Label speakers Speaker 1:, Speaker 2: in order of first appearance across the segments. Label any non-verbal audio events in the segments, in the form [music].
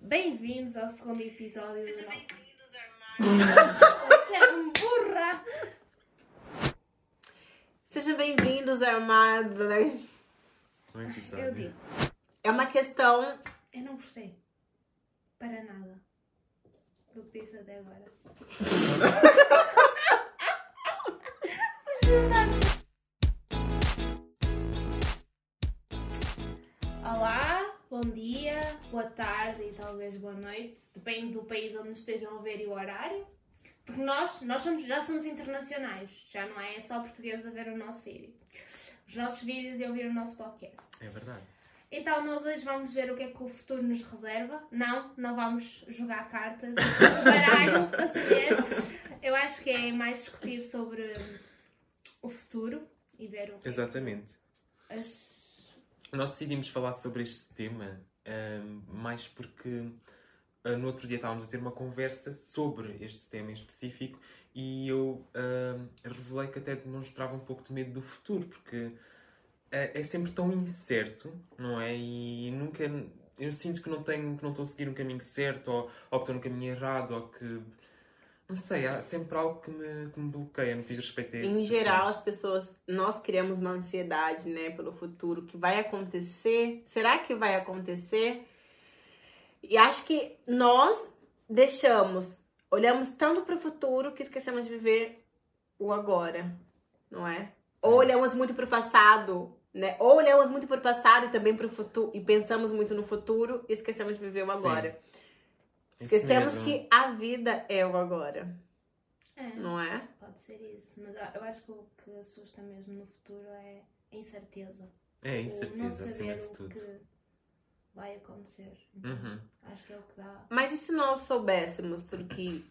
Speaker 1: Bem-vindos ao segundo episódio do
Speaker 2: Sejam
Speaker 1: Europa.
Speaker 2: bem-vindos, armário.
Speaker 1: [laughs] Você é um burra!
Speaker 3: Sejam bem-vindos, armadas.
Speaker 4: Um episódio.
Speaker 1: Eu digo,
Speaker 3: É uma questão.
Speaker 1: eu não gostei. Para nada. Do que disse até agora. Olá, bom dia, boa tarde e talvez boa noite. Depende do país onde nos estejam a ver e o horário. Porque nós, nós somos- já somos internacionais. Já não é só português a ver o nosso vídeo. Os nossos vídeos e ouvir o nosso podcast.
Speaker 4: É verdade.
Speaker 1: Então, nós hoje vamos ver o que é que o futuro nos reserva. Não, não vamos jogar
Speaker 4: [laughs]
Speaker 1: cartas, baralho, para saber. Eu acho que é mais discutir sobre o futuro e ver o que
Speaker 4: Exatamente.
Speaker 1: as...
Speaker 4: Nós decidimos falar sobre este tema ahm, mais porque ah, no outro dia estávamos a ter uma conversa sobre este tema em específico e eu ahm, revelei que até demonstrava um pouco de medo do futuro porque ah, é sempre tão incerto, não é? E nunca. Eu sinto que não, tenho, que não estou a seguir um caminho certo ou, ou que estou no caminho errado ou que. Não sei, há sempre algo que me, que me bloqueia no que diz respeito a esse
Speaker 3: Em geral, as pessoas, nós criamos uma ansiedade, né, pelo futuro que vai acontecer. Será que vai acontecer? E acho que nós deixamos, olhamos tanto para o futuro que esquecemos de viver o agora, não é? Ou olhamos muito para o passado, né? Ou olhamos muito para o passado e também para o futuro e pensamos muito no futuro e esquecemos de viver o
Speaker 4: Sim.
Speaker 3: agora.
Speaker 4: Isso
Speaker 3: Esquecemos
Speaker 4: mesmo.
Speaker 3: que a vida é o agora,
Speaker 1: É,
Speaker 3: não é?
Speaker 1: pode ser isso. Mas eu acho que o que assusta mesmo no futuro é a incerteza.
Speaker 4: É
Speaker 1: O não
Speaker 4: incerteza,
Speaker 1: saber
Speaker 4: acima
Speaker 1: o
Speaker 4: de tudo.
Speaker 1: que vai acontecer. Então,
Speaker 4: Uhum.
Speaker 1: Acho que é o que dá...
Speaker 3: Mas e se nós soubéssemos tudo que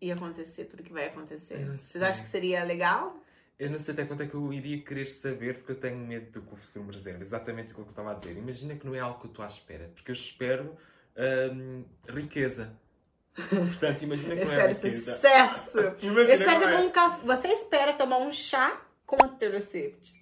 Speaker 3: ia acontecer, tudo que vai acontecer?
Speaker 4: Eu não
Speaker 3: Vocês
Speaker 4: sei.
Speaker 3: acham que seria legal?
Speaker 4: Eu não sei até quanto é que eu iria querer saber, porque eu tenho medo do que o futuro me reserva. Exatamente aquilo que eu estava a dizer. Imagina que não é algo que eu estou à espera, porque eu espero hum, riqueza. Portanto,
Speaker 1: [laughs]
Speaker 4: imagina que
Speaker 3: Eu
Speaker 4: não é
Speaker 3: espero
Speaker 4: riqueza. [laughs]
Speaker 3: sucesso!
Speaker 4: Imagina
Speaker 3: Eu espero
Speaker 4: que não
Speaker 3: tomar
Speaker 4: é.
Speaker 3: um café. Você espera tomar um chá com a Taylor Swift.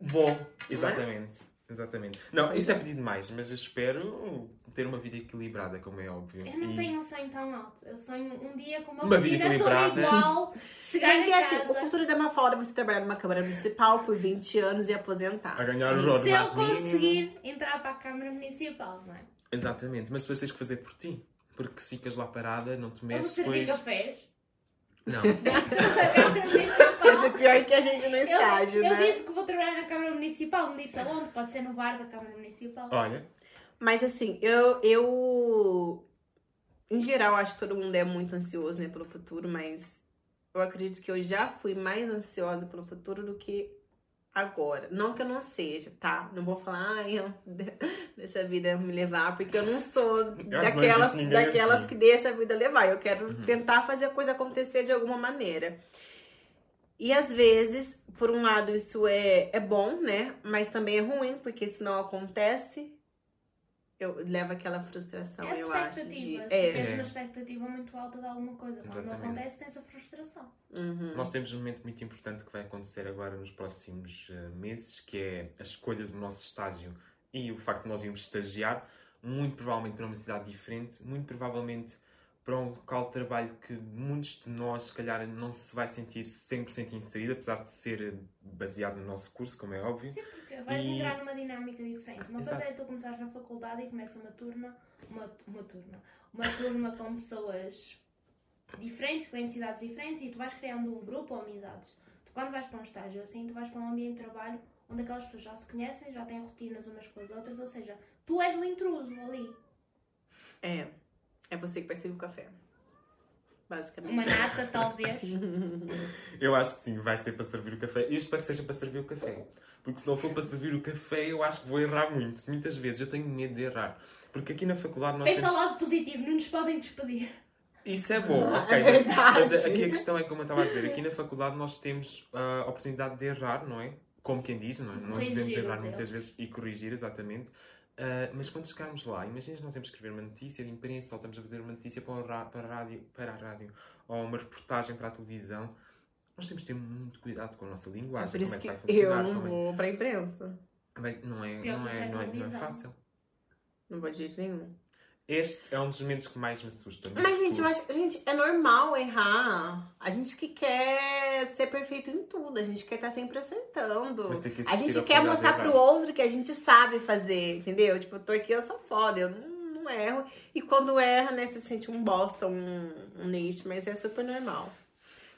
Speaker 4: Bom, exatamente. Exatamente. Não, isto é pedir demais, mas eu espero ter uma vida equilibrada, como é óbvio.
Speaker 1: Eu não
Speaker 4: E-
Speaker 1: tenho um sonho tão alto. Eu sonho um dia com uma,
Speaker 4: Uma vida
Speaker 1: rotina toda
Speaker 4: equilibrada. [laughs]
Speaker 1: igual. Chegar
Speaker 3: Gente,
Speaker 1: em
Speaker 3: é
Speaker 1: casa...
Speaker 3: assim, o futuro da Mafalda é você trabalhar numa Câmara Municipal por 20 anos e aposentar.
Speaker 4: A ganhar
Speaker 3: E
Speaker 4: o Jornal
Speaker 1: Se eu
Speaker 4: Mínimo.
Speaker 1: conseguir entrar para a Câmara Municipal, não é?
Speaker 4: Exatamente, mas depois tens que fazer por ti. Porque se ficas lá parada, não te
Speaker 1: Eu vou
Speaker 4: mexes,
Speaker 1: servir
Speaker 4: depois.
Speaker 1: [laughs] cafés.
Speaker 4: Não.
Speaker 1: A Câmara
Speaker 3: Mas é
Speaker 1: Municipal.
Speaker 3: pior que a gente no estágio,
Speaker 1: Eu, eu
Speaker 3: né?
Speaker 1: disse que vou trabalhar na Câmara Municipal, me disse aonde, pode ser no bar da Câmara Municipal.
Speaker 4: Olha,
Speaker 3: Mas assim, eu, eu. Em geral, acho que todo mundo é muito ansioso, né, pelo futuro, mas eu acredito que eu já fui mais ansiosa pelo futuro do que agora. Não que eu não seja, tá? Não vou falar, ai, eu- [laughs] deixa a vida me levar, porque eu não
Speaker 4: [laughs]
Speaker 3: sou daquelas,
Speaker 4: existe ninguém
Speaker 3: daquelas
Speaker 4: assim.
Speaker 3: que deixa a vida levar. Eu quero
Speaker 4: Uhum.
Speaker 3: tentar fazer a coisa acontecer de alguma maneira. E às vezes, por um lado, isso é, é bom, né? Mas também é ruim, porque se não acontece, eu levo aquela frustração,
Speaker 4: Então,
Speaker 1: É as
Speaker 3: eu acho. De...
Speaker 1: expectativas. Se
Speaker 3: É.
Speaker 1: tens
Speaker 4: É.
Speaker 1: uma expectativa muito alta de alguma coisa, quando não
Speaker 4: Exatamente.
Speaker 1: acontece, tens a frustração.
Speaker 3: Uhum.
Speaker 4: Nós temos um momento muito importante que vai acontecer agora nos próximos eh, meses, que é a escolha do nosso estágio e o facto de nós irmos estagiar, muito provavelmente para uma cidade diferente, muito provavelmente para um local de trabalho que muitos de nós, se calhar, não se vai sentir 100% inserido, apesar de ser eh, baseado no nosso curso, como é óbvio.
Speaker 1: Sim, porque vais
Speaker 4: E-
Speaker 1: entrar numa dinâmica diferente. Uma coisa
Speaker 4: Exato.
Speaker 1: é tu começares na faculdade e começa uma turma, uma, uma turma, uma turma com pessoas diferentes, com entidades diferentes e tu vais criando um grupo ou amizades. Tu quando vais para um estágio assim, tu vais para um ambiente de trabalho onde aquelas pessoas já se conhecem, já têm rotinas umas com as outras, ou seja, tu és o intruso ali.
Speaker 3: É. É você que vai servir o café. Basicamente.
Speaker 1: Uma nata
Speaker 4: [laughs]
Speaker 1: talvez.
Speaker 4: Eu acho que sim, vai ser para servir o café. Eu espero que seja para servir o café. Porque se não for para servir o café, eu acho que vou errar muito. Muitas vezes eu tenho medo de errar. Porque aqui na faculdade nós
Speaker 1: Pensa
Speaker 4: temos...
Speaker 1: logo positivo, não nos podem despedir.
Speaker 4: Isso é bom,
Speaker 3: Ah,
Speaker 4: ok.
Speaker 3: é
Speaker 4: mas-
Speaker 3: verdade.
Speaker 4: mas, aqui a questão é como eu estava a dizer, aqui na faculdade nós temos ah, a oportunidade de errar, não é? Como quem diz, não é? Nós
Speaker 1: Corrigir
Speaker 4: devemos
Speaker 1: os
Speaker 4: errar
Speaker 1: erros.
Speaker 4: muitas vezes e corrigir, exatamente. Ah, mas quando chegarmos lá, imagina nós temos que escrever uma notícia de imprensa, ou estamos a fazer uma notícia para, o ra- para, a rádio, para a rádio, ou uma reportagem para a televisão. Nós temos de ter muito cuidado com a nossa
Speaker 3: É
Speaker 4: linguagem,
Speaker 3: por isso
Speaker 4: como
Speaker 3: que
Speaker 4: é que vai
Speaker 3: eu
Speaker 4: funcionar.
Speaker 3: não
Speaker 4: como é-
Speaker 3: vou pra imprensa.
Speaker 4: Mas não é,
Speaker 1: Pior
Speaker 4: não
Speaker 1: que
Speaker 4: é,
Speaker 1: isso é
Speaker 4: não é, não é
Speaker 1: televisão.
Speaker 4: fácil.
Speaker 3: Não vou de jeito nenhum.
Speaker 4: Este é um dos momentos que mais me assusta. no
Speaker 3: Mas, gente, eu
Speaker 4: futuro.
Speaker 3: acho, gente, é normal errar. A gente que quer ser perfeito em tudo, a gente quer estar sempre acertando.
Speaker 4: Mas tem é que
Speaker 3: A
Speaker 4: existir
Speaker 3: gente
Speaker 4: a
Speaker 3: quer
Speaker 4: oportunidade
Speaker 3: mostrar
Speaker 4: de
Speaker 3: pro
Speaker 4: errar.
Speaker 3: outro que a gente sabe fazer, entendeu? Tipo, eu tô aqui, eu sou foda, eu não, não erro. E quando erra, né, se sente um bosta, um, um lixo, mas é super normal.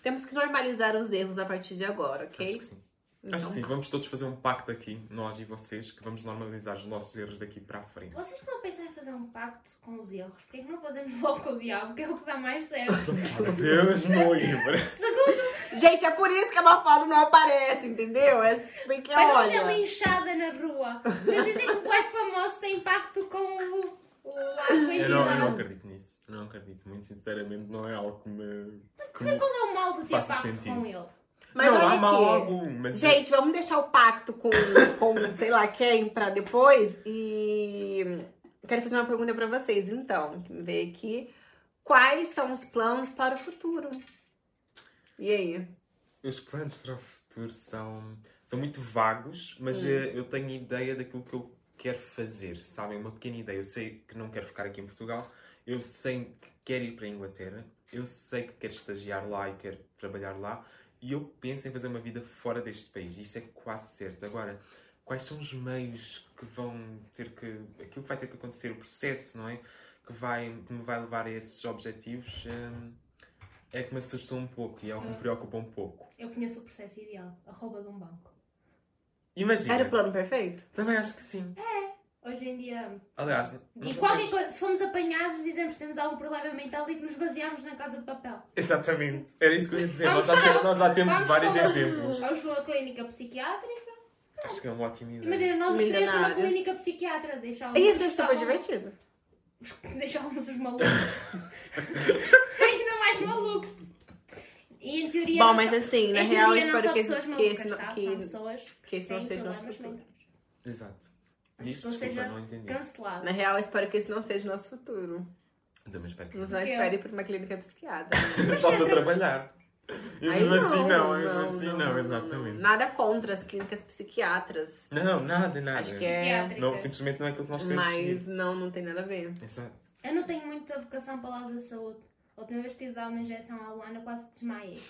Speaker 3: Temos que normalizar os erros a partir de agora,
Speaker 4: Acho
Speaker 3: ok?
Speaker 4: que sim.
Speaker 3: Então
Speaker 4: acho que sim.
Speaker 3: tá.
Speaker 4: Vamos todos fazer um pacto aqui, nós e vocês, que vamos normalizar os nossos erros daqui para a frente.
Speaker 1: Vocês estão a pensar em fazer um pacto com os erros? Porquê que não fazemos logo com o diabo, que é o que dá mais certo?
Speaker 4: Meu Deus, meu livre!
Speaker 1: Segundo,
Speaker 3: Gente, é por isso que a Mafalda não aparece, entendeu? É porque,
Speaker 1: para não
Speaker 3: olha...
Speaker 1: ser linchada na rua. Para dizer que o pai famoso tem pacto com o, o arco em
Speaker 4: Eu não, eu não
Speaker 1: vilão.
Speaker 4: acredito nisso. Não acredito. Muito sinceramente, não é algo que me. Que me...
Speaker 1: Qual é o mal de ter
Speaker 4: Faça
Speaker 1: pacto
Speaker 4: sentido.
Speaker 1: com ele?
Speaker 3: Mas
Speaker 4: não
Speaker 3: olha é.
Speaker 4: há mal
Speaker 3: aqui.
Speaker 4: algum, mas.
Speaker 3: Gente, vamos deixar o pacto com, com sei lá quem pra depois. E quero fazer uma pergunta pra vocês, então. que me Veio aqui. Quais são os planos para o futuro? E aí?
Speaker 4: Os planos para o futuro são, são muito vagos, mas eh, eu tenho ideia daquilo que eu quero fazer, sabem? Uma pequena ideia. Eu sei que não quero ficar aqui em Portugal, eu sei que quero ir para a Inglaterra, eu sei que quero estagiar lá e quero trabalhar lá, e eu penso em fazer uma vida fora deste país. Isso é quase certo. Agora, quais são os meios que vão ter que. aquilo que vai ter que acontecer, o processo, não é? Que, vai, que me vai levar a esses objetivos. eh, é que me assusta um pouco e é o que me preocupa um pouco.
Speaker 1: Eu conheço o processo ideal. A rouba de um banco.
Speaker 4: Imagina.
Speaker 3: Era o plano perfeito?
Speaker 4: Também acho que sim.
Speaker 1: Hoje em dia...
Speaker 4: Aliás,
Speaker 1: E é-
Speaker 4: nós
Speaker 1: qualquer
Speaker 4: sabemos-
Speaker 1: coisa, se fomos apanhados, dizemos que temos algum problema mental e que nos baseamos na casa de papel.
Speaker 4: Exatamente. Era isso que eu ia dizer.
Speaker 1: Vamos
Speaker 4: Nós já,
Speaker 1: falar-
Speaker 4: temos, nós já temos
Speaker 1: vamos
Speaker 4: vários
Speaker 1: falar-
Speaker 4: exemplos.
Speaker 1: Vamos para uma clínica psiquiátrica.
Speaker 4: Acho que é uma ótima ideia.
Speaker 1: Imagina, nós os três numa
Speaker 3: Milionários.
Speaker 1: clínica psiquiatra. Deixávamos
Speaker 3: Isso é
Speaker 1: os
Speaker 3: super
Speaker 1: cabos-
Speaker 3: divertido.
Speaker 1: Deixávamos os
Speaker 4: [laughs]
Speaker 1: malucos. Ainda mais malucos. E em teoria. não
Speaker 3: Bom,
Speaker 1: é
Speaker 3: mas
Speaker 1: são-
Speaker 3: assim, na
Speaker 1: em
Speaker 3: real,
Speaker 1: teoria, não
Speaker 3: espero
Speaker 1: são
Speaker 3: que
Speaker 1: pessoas
Speaker 3: esse, que esse
Speaker 1: malucas,
Speaker 3: não-
Speaker 1: tá?
Speaker 3: que-
Speaker 1: São pessoas
Speaker 3: que esse não
Speaker 1: têm
Speaker 3: seja nosso
Speaker 1: problemas
Speaker 3: futuro.
Speaker 1: mentais.
Speaker 4: Exato.
Speaker 1: Que
Speaker 4: Diz,
Speaker 1: não
Speaker 4: desculpa,
Speaker 1: seja
Speaker 4: não entendi.
Speaker 1: cancelado.
Speaker 3: na real, espero que esse não seja o nosso futuro.
Speaker 4: Também espero que
Speaker 3: Nos
Speaker 4: não
Speaker 3: não
Speaker 1: Porque-
Speaker 3: espere ir pra uma clínica
Speaker 4: [laughs]
Speaker 3: psiquiatra.
Speaker 4: possa trabalhar. E
Speaker 3: Ai,
Speaker 4: mesmo assim não, e mesmo assim não, exatamente.
Speaker 3: Nada contra as clínicas psiquiatras.
Speaker 4: Não, nada, nada.
Speaker 3: Acho que é.
Speaker 1: Psiquiátrica.
Speaker 4: Não, simplesmente não é aquilo que nós queremos seguir.
Speaker 3: Mas não, não tem nada a ver.
Speaker 4: Exato.
Speaker 1: Eu não tenho muita vocação para o lado da saúde. A última vez que tive de dar uma injeção à Luana, quase
Speaker 3: [laughs]
Speaker 1: desmaiei.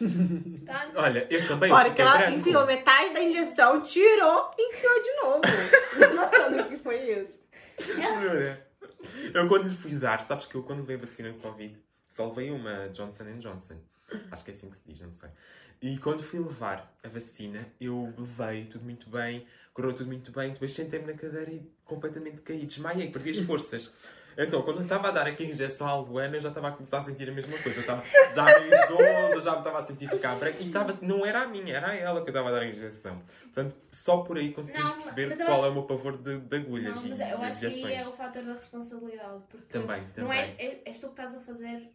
Speaker 1: Tá? Portanto,
Speaker 4: Olha, eu também
Speaker 3: Olha, que
Speaker 4: fiquei
Speaker 3: ela
Speaker 4: branco.
Speaker 3: enfiou metade da injeção, tirou e enfiou de [laughs] novo. Não noção do que foi isso.
Speaker 4: Jura? Eu quando lhe fui dar, sabes que eu quando levei a vacina de Covid, só levei uma Johnson Johnson. Acho que é assim que se diz, não sei. E quando fui levar a vacina, eu levei tudo muito bem, correu tudo muito bem, depois sentei-me na cadeira e completamente caí, desmaiei, perdi as forças. Então, quando eu estava a dar aqui a injeção à Luana, eu já estava a começar a sentir a mesma coisa. Eu estava já meio zonza, já me estava a sentir ficar branca. E estava, não era a minha, era a ela que eu estava a dar a injeção. Portanto, só por aí conseguimos
Speaker 1: Não,
Speaker 4: perceber
Speaker 1: mas eu
Speaker 4: qual
Speaker 1: acho-
Speaker 4: é o meu pavor de, de
Speaker 1: não,
Speaker 4: agulhas
Speaker 1: mas
Speaker 4: e
Speaker 1: eu acho que aí
Speaker 4: injeções.
Speaker 1: é o fator da responsabilidade. Porque
Speaker 4: Também,
Speaker 1: Não é,
Speaker 4: também.
Speaker 1: é- és tu que estás a fazer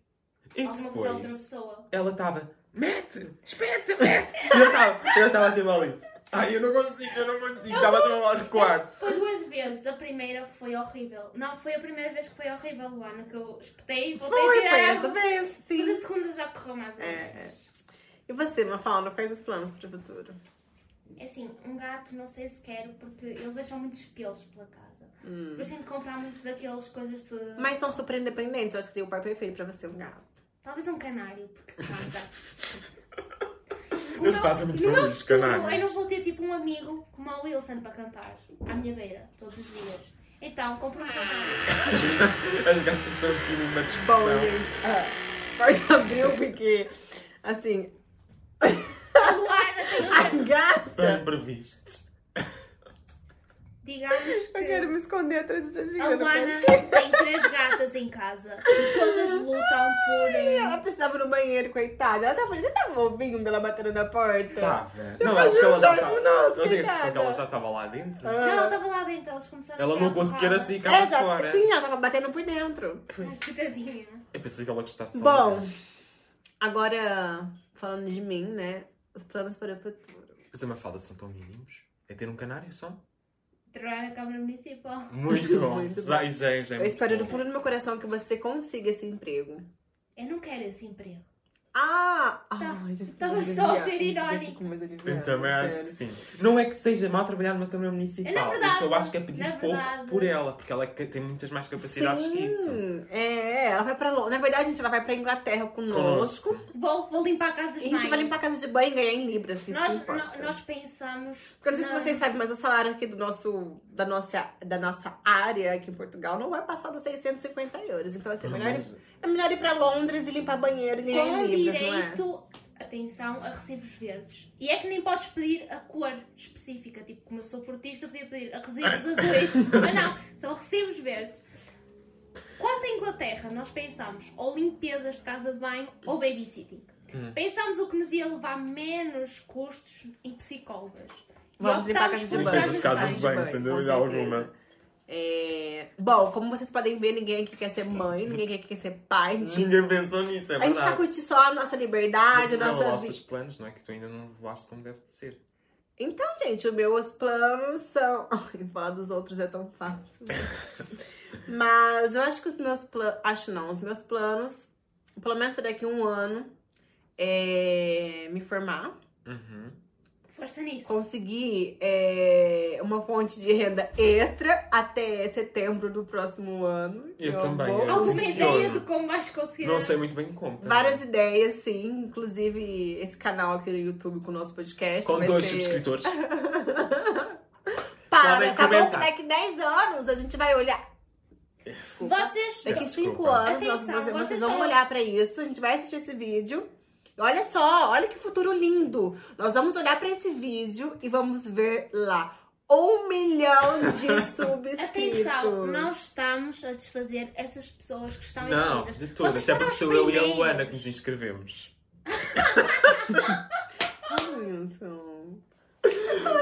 Speaker 4: E
Speaker 1: alguma coisa a outra
Speaker 4: depois,
Speaker 1: pessoa.
Speaker 4: ela estava, mete,
Speaker 3: [laughs]
Speaker 4: espeta, mete. E eu estava, eu estava assim ali. Ai, eu não consigo, eu não consigo. Estava assim mal de quarto.
Speaker 1: Foi duas vezes. A primeira foi horrível. Não, foi a primeira vez que foi horrível, Luana, que eu espetei e voltei a
Speaker 3: Foi,
Speaker 1: tirar
Speaker 3: foi
Speaker 1: a
Speaker 3: essa
Speaker 1: água.
Speaker 3: vez,
Speaker 1: Mas a
Speaker 3: sim.
Speaker 1: segunda já correu mais ou
Speaker 3: É,
Speaker 1: menos.
Speaker 3: E você, Mafalda, quais os planos para o futuro?
Speaker 1: É assim, um gato não sei se quero porque eles deixam muitos pelos pela casa.
Speaker 4: Hum.
Speaker 1: Depois tenho de comprar muitos daqueles coisas de.
Speaker 3: Mas são super independentes, eu acho que seria o par perfeito para você, um gato.
Speaker 1: Talvez um canário, porque canta.
Speaker 4: [laughs] Eles fazem é muito
Speaker 1: No meu
Speaker 4: barulho, os
Speaker 1: futuro,
Speaker 4: canários.
Speaker 1: Eu não vou ter tipo um amigo como a Wilson para cantar à minha beira, todos os dias. Então, compro um canário.
Speaker 4: [laughs] As gatas estão aqui numa
Speaker 3: Bom,
Speaker 4: discussão.
Speaker 3: gente, ah, pode abrir o porque, assim,
Speaker 1: A Luana tem um
Speaker 3: [laughs] a
Speaker 1: gato.
Speaker 4: São
Speaker 3: graça.
Speaker 4: imprevistos. [laughs]
Speaker 1: Digamos
Speaker 3: Eu quero
Speaker 1: que
Speaker 3: me esconder atrás dessas
Speaker 1: a
Speaker 3: meninas.
Speaker 1: Luana [laughs] tem três gatas em casa e todas lutam por.
Speaker 3: Ai,
Speaker 1: eh,
Speaker 3: Ela
Speaker 4: tá
Speaker 3: precisava ir no banheiro, coitada. Ela tava, você tava ouvindo ela batendo na porta?
Speaker 4: Estava.
Speaker 3: É. Eu
Speaker 4: Não,
Speaker 3: faço
Speaker 4: acho que ela já
Speaker 3: os dois
Speaker 4: estava.
Speaker 3: minutos,
Speaker 4: Não tenho certeza
Speaker 3: coitada.
Speaker 4: que ela já estava lá dentro.
Speaker 3: Ah.
Speaker 1: Não, ela estava lá dentro, eles começaram a
Speaker 4: Ela
Speaker 1: pegar
Speaker 4: não conseguia
Speaker 1: porrada.
Speaker 4: assim, cá para
Speaker 3: Exato,
Speaker 4: fora.
Speaker 3: sim, ela tava batendo por dentro.
Speaker 1: Ai, [laughs] coitadinha.
Speaker 4: Eu pensei que ela gostasse só
Speaker 3: Bom,
Speaker 4: dela.
Speaker 3: agora falando de mim, né? Os planos para o futuro.
Speaker 4: Os da Mafalda são tão mínimos. É ter um canário só?
Speaker 1: Trabalhar na Câmara Municipal.
Speaker 4: Muito bom.
Speaker 3: Muito
Speaker 4: Já,
Speaker 3: bom.
Speaker 4: já, já. é
Speaker 3: Eu
Speaker 4: muito
Speaker 3: espero
Speaker 4: bom.
Speaker 3: do fundo do meu coração que você consiga esse emprego.
Speaker 1: Eu não quero esse emprego.
Speaker 3: Ah!
Speaker 1: Tá-
Speaker 3: Ai, já fico
Speaker 1: tava
Speaker 3: mais
Speaker 1: só a
Speaker 3: aliviada,
Speaker 1: ser
Speaker 3: já
Speaker 1: irónico.
Speaker 3: fico mais aliviada,
Speaker 4: Eu também acho
Speaker 3: é sério.
Speaker 4: que sim. Não é que seja mal trabalhar numa Câmara é Municipal.
Speaker 1: Na verdade,
Speaker 4: eu só acho que é
Speaker 1: na
Speaker 4: pedir pouco
Speaker 1: verdade.
Speaker 4: por ela, porque ela é que- tem muitas mais capacidades que isso.
Speaker 3: Sim, É, ela vai pra Londres. Na verdade, gente, ela vai pra Inglaterra conosco.
Speaker 1: Vou, vou limpar casas
Speaker 3: E a gente vai limpar a casa de banho e ganhar em libras, que isso que
Speaker 1: Nós,
Speaker 3: importa.
Speaker 1: no- nós pensamos.
Speaker 3: Porque eu não sei
Speaker 1: na-
Speaker 3: se vocês sabem, mas o salário aqui do nosso, da, nossa, da nossa área aqui em Portugal não vai passar dos 650 euros. Então, assim, é
Speaker 4: Pelo
Speaker 3: melhor,
Speaker 4: menos-
Speaker 3: ir- é melhor ir pra Londres e limpar banheiro e ganhar
Speaker 1: com
Speaker 3: em libras, não é?
Speaker 1: direito, atenção, a recibos verdes. E é que nem podes pedir a cor específica, tipo, como eu sou portista, eu podia pedir a recibos
Speaker 3: [laughs]
Speaker 1: azuis, mas não, são recibos verdes. Quanto à Inglaterra, nós pensamos ou limpezas de casa de banho ou babysitting.
Speaker 3: Hum.
Speaker 1: Pensámos o que nos ia levar menos custos em psicólogas. E
Speaker 3: Vamos limpar a
Speaker 1: optámos
Speaker 3: casa de
Speaker 1: pelas
Speaker 3: banho.
Speaker 4: As casas de banho,
Speaker 3: Casas de
Speaker 4: sem
Speaker 3: banho,
Speaker 4: dúvida
Speaker 3: com certeza.
Speaker 4: alguma.
Speaker 3: É, Bom, como vocês podem ver, ninguém aqui quer ser mãe, ninguém aqui quer ser pai. a gente-
Speaker 4: Ninguém pensou nisso, é
Speaker 3: a gente vai
Speaker 4: verdade.
Speaker 3: curtir só a nossa liberdade,
Speaker 4: Mas
Speaker 3: a
Speaker 4: não,
Speaker 3: nossa
Speaker 4: aos
Speaker 3: vida.
Speaker 4: teus planos, não é? Que tu ainda não voaste como deve de ser.
Speaker 3: Então, gente, os meus planos são. [laughs] Ai, falar dos outros é tão fácil. Mas eu acho que os meus planos. Acho não, os meus planos, pelo menos daqui a um ano, é me formar,
Speaker 4: Uhum.
Speaker 1: Força nisso.
Speaker 3: conseguir é, uma fonte de renda extra até setembro do próximo ano.
Speaker 4: Eu
Speaker 3: que
Speaker 4: também,
Speaker 3: vou-
Speaker 4: eu-
Speaker 1: Alguma ideia
Speaker 4: Funciona.
Speaker 1: de como vais conseguir
Speaker 4: Não sei muito bem como. também.
Speaker 3: Várias ideias, sim. Inclusive esse canal aqui no YouTube com o nosso podcast.
Speaker 4: Com
Speaker 3: vai
Speaker 4: dois
Speaker 3: ser-
Speaker 1: [laughs]
Speaker 4: subscritores.
Speaker 3: Para, tá bom que
Speaker 4: Podem comentar.
Speaker 3: daqui 10 anos a gente vai olhar. Desculpa. É
Speaker 1: Vocês
Speaker 3: Daqui
Speaker 4: Desculpa.
Speaker 3: 5 anos nós,
Speaker 1: Atenção,
Speaker 3: vocês, vocês
Speaker 1: vocês
Speaker 3: vão
Speaker 1: estão-
Speaker 3: olhar pra isso, a gente vai assistir esse vídeo. E Olha só, olha que futuro lindo. Nós vamos olhar pra esse vídeo e vamos ver lá um milhão de
Speaker 1: [laughs]
Speaker 3: subscritos.
Speaker 1: Atenção, não estamos a desfazer essas pessoas que estão
Speaker 4: Não,
Speaker 1: inscritas.
Speaker 4: de todas.
Speaker 1: Vocês
Speaker 4: Até
Speaker 1: foram
Speaker 4: porque
Speaker 1: os
Speaker 4: sou eu e a
Speaker 1: primeiros.
Speaker 4: Luana que nos inscrevemos.
Speaker 3: Wilson.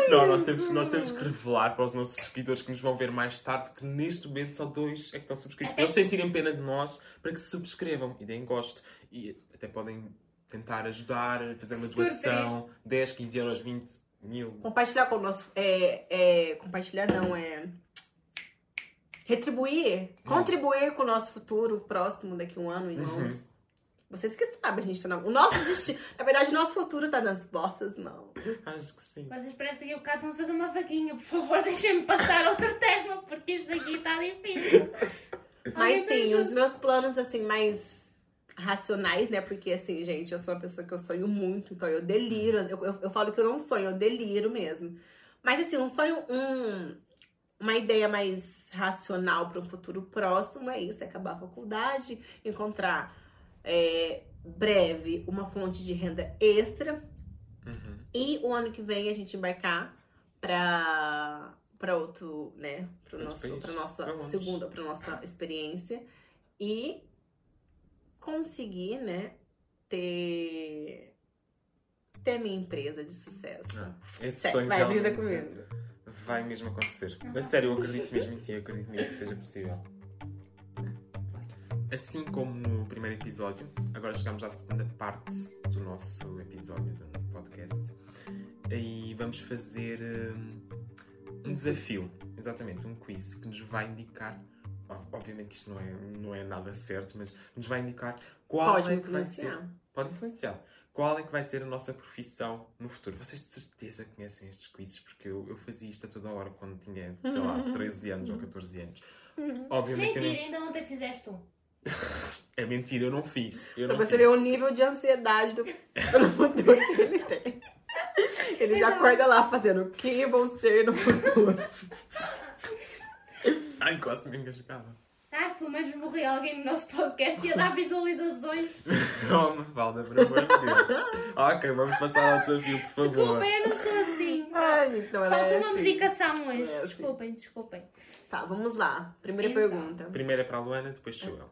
Speaker 4: Não, nós temos, nós temos que revelar para os nossos seguidores que nos vão ver mais tarde que neste momento só dois é que estão subscritos.
Speaker 1: Até-
Speaker 4: Para eles sentirem pena de nós, para que se subscrevam e deem gosto. E até podem tentar ajudar, fazer uma
Speaker 1: Futuro
Speaker 4: doação: 10, 15 euros, 20 mil.
Speaker 3: Compartilhar com o nosso. É, é, compartilhar não, é. Retribuir,
Speaker 4: Hum.
Speaker 3: contribuir com o nosso futuro próximo daqui a um ano em
Speaker 4: Uhum.
Speaker 3: Londres. Vocês que sabem, a gente tá na. O nosso destino. na verdade, o nosso futuro tá nas vossas mãos.
Speaker 1: Hum.
Speaker 4: Acho que sim.
Speaker 1: Vocês parecem que o bocado estão a fazer uma vaquinha. Por favor, [laughs] deixem-me passar outro tema, porque isto daqui está difícil.
Speaker 3: [laughs] Mas
Speaker 1: Alguém
Speaker 3: sim,
Speaker 1: me
Speaker 3: os meus planos, assim, mais racionais, né? Porque, assim, gente, eu sou uma pessoa que eu sonho muito, então eu deliro. Eu, eu, eu falo que eu não sonho, eu deliro mesmo. Mas, assim, um sonho, um, uma ideia mais racional para um futuro próximo é isso: é acabar a faculdade, encontrar é, breve uma fonte de renda extra
Speaker 4: Uhum.
Speaker 3: e o ano que vem a gente embarcar para para outro, né, para
Speaker 4: Outro
Speaker 3: nosso,
Speaker 4: país.
Speaker 3: para nossa
Speaker 4: Pra Londres.
Speaker 3: segunda, para nossa experiência e conseguir, né, ter ter minha empresa de sucesso.
Speaker 4: Ah, esse
Speaker 3: Certo,
Speaker 4: sonho
Speaker 3: vai, brinda
Speaker 4: realmente
Speaker 3: comigo.
Speaker 4: Vai mesmo acontecer. Mas sério, eu acredito mesmo em ti, eu acredito mesmo que seja possível. Assim como no primeiro episódio, agora chegamos à segunda parte do nosso episódio do podcast. E vamos fazer hum, um,
Speaker 3: Um
Speaker 4: desafio, exatamente, um quiz que nos vai indicar. ó, Obviamente que isto não é, não é nada certo, mas nos vai indicar qual
Speaker 3: Pode
Speaker 4: é
Speaker 3: me
Speaker 4: que vai ser
Speaker 3: influenciar.
Speaker 4: pode influenciar. Qual é que vai ser a nossa profissão no futuro? Vocês de certeza conhecem estes quizzes, porque eu, eu fazia isto a toda hora quando tinha, sei
Speaker 1: [laughs]
Speaker 4: lá, 13 anos ou 14 anos. Obviamente que eu
Speaker 1: um- Mentira,
Speaker 4: nem...
Speaker 1: ainda ontem fizeste um.
Speaker 4: É mentira, eu não fiz. Eu
Speaker 3: Pra
Speaker 4: não
Speaker 3: você
Speaker 4: fiz.
Speaker 3: ver o nível de ansiedade do [laughs] pelo futuro que ele tem. Ele já
Speaker 1: Então-
Speaker 3: acorda lá fazendo o que vão ser no futuro.
Speaker 4: Ai, quase me engasgava.
Speaker 1: Ah, pelo menos morreu alguém no nosso podcast e a
Speaker 3: [laughs]
Speaker 1: dar visualizações.
Speaker 4: Oh, Mafalda, por amor de Deus.
Speaker 1: [laughs]
Speaker 4: ok, vamos passar ao desafio, por favor.
Speaker 1: Desculpem, eu não sou assim.
Speaker 3: Ai, gente, não, ela
Speaker 1: Falta
Speaker 3: é
Speaker 1: uma
Speaker 3: assim.
Speaker 1: medicação hoje.
Speaker 3: Ela é assim.
Speaker 1: Desculpem, desculpem.
Speaker 3: Tá, vamos lá. Primeira
Speaker 1: Então.
Speaker 3: pergunta.
Speaker 4: Primeiro é para a Luana, depois sou eu.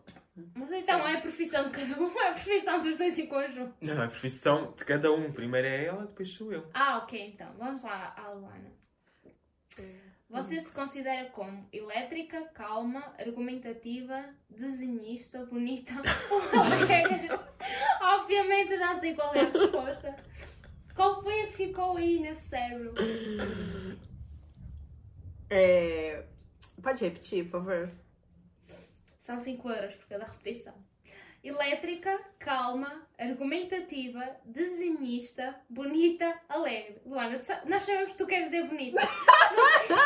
Speaker 1: Mas então é a profissão de cada um, é a profissão dos dois em conjunto.
Speaker 4: Não, é a profissão de cada um. Primeiro é ela, depois sou eu.
Speaker 1: Ah, ok, então. Vamos lá, Alana. Você se considera como elétrica, calma, argumentativa, desenhista, bonita [laughs] ou alegre? Obviamente eu já sei qual é a resposta. Qual foi a que ficou aí nesse cérebro?
Speaker 3: É, Pode repetir, por favor?
Speaker 1: São 5 euros por cada repetição. Elétrica, calma, argumentativa, desenhista, bonita, alegre. Luana, tu sa- nós sabemos que tu queres dizer bonita.